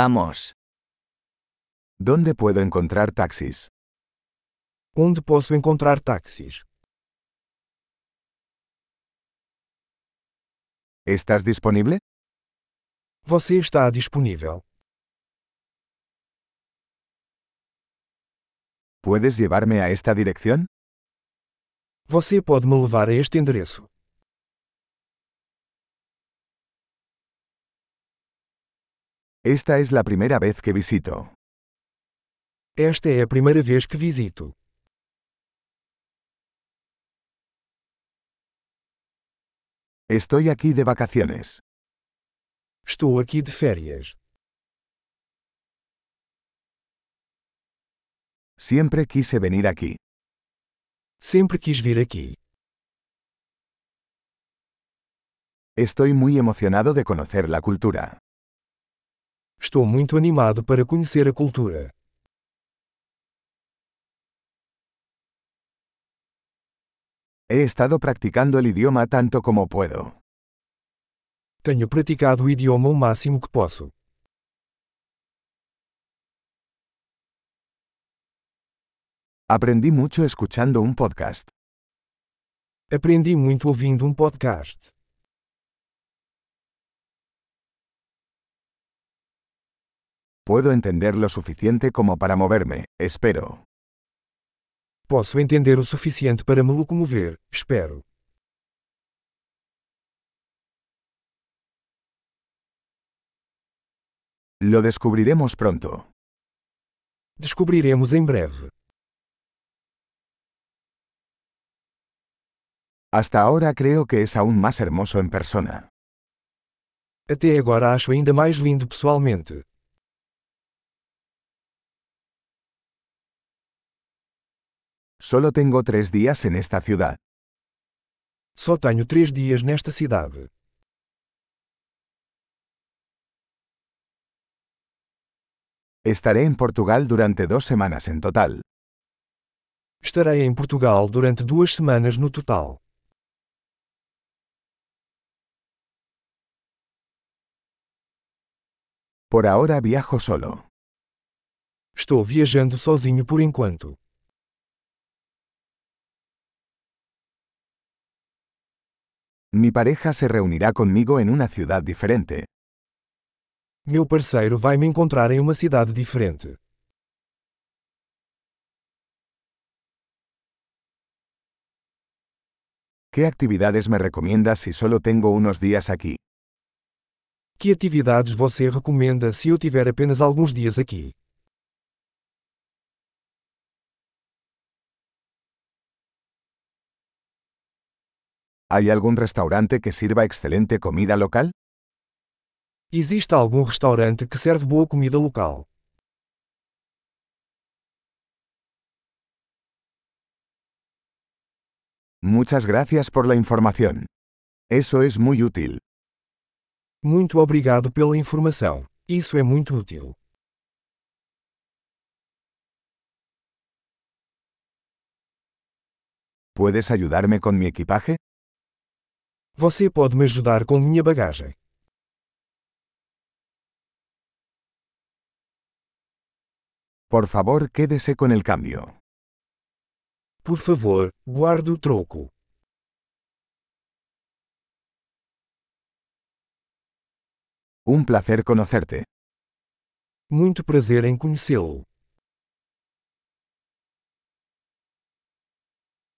Vamos. ¿Dónde puedo encontrar taxis? Onde posso encontrar táxis? ¿Estás disponible? Você está disponível. ¿Puedes llevarme a esta dirección? Você pode me levar a este endereço. Esta es la primera vez que visito. Esta é a primeira vez que visito. Estoy aquí de vacaciones. Estou aqui de férias. Siempre quise venir aquí. Sempre quis vir aqui. Estoy muy emocionado de conocer la cultura. Estou muito animado para conhecer a cultura. He estado practicando el idioma tanto como puedo. Tenho praticado o idioma o máximo que posso. Aprendí mucho escuchando un podcast. Aprendi muito ouvindo um podcast. Puedo entender lo suficiente como para moverme, espero. Posso entender o suficiente para me locomover, espero. Lo descubriremos pronto. Descobriremos em breve. Hasta ahora creo que es aún más hermoso en persona. Até agora acho ainda mais lindo pessoalmente. Solo tengo tres días en esta ciudad. Só tenho três dias nesta cidade. Estaré en Portugal durante dos semanas en total. Estarei em Portugal durante duas semanas no total. Por ahora viajo solo. Estou viajando sozinho por enquanto. Mi pareja se reunirá conmigo en una ciudad diferente. Meu parceiro vai me encontrar em uma cidade diferente. ¿Qué actividades me recomiendas si solo tengo unos días aquí? Que atividades você recomenda se eu tiver apenas alguns dias aqui? ¿Hay algún restaurante que sirva excelente comida local? Existe algum restaurante que serve boa comida local? Muchas gracias por la información. Eso es muy útil. Muito obrigado pela informação. Isso é muito útil. ¿Puedes ayudarme con mi equipaje? Você pode me ajudar com minha bagagem. Por favor, quédese con el cambio. Por favor, guarde o troco. Un placer conocerte. Muito prazer em conhecê-lo.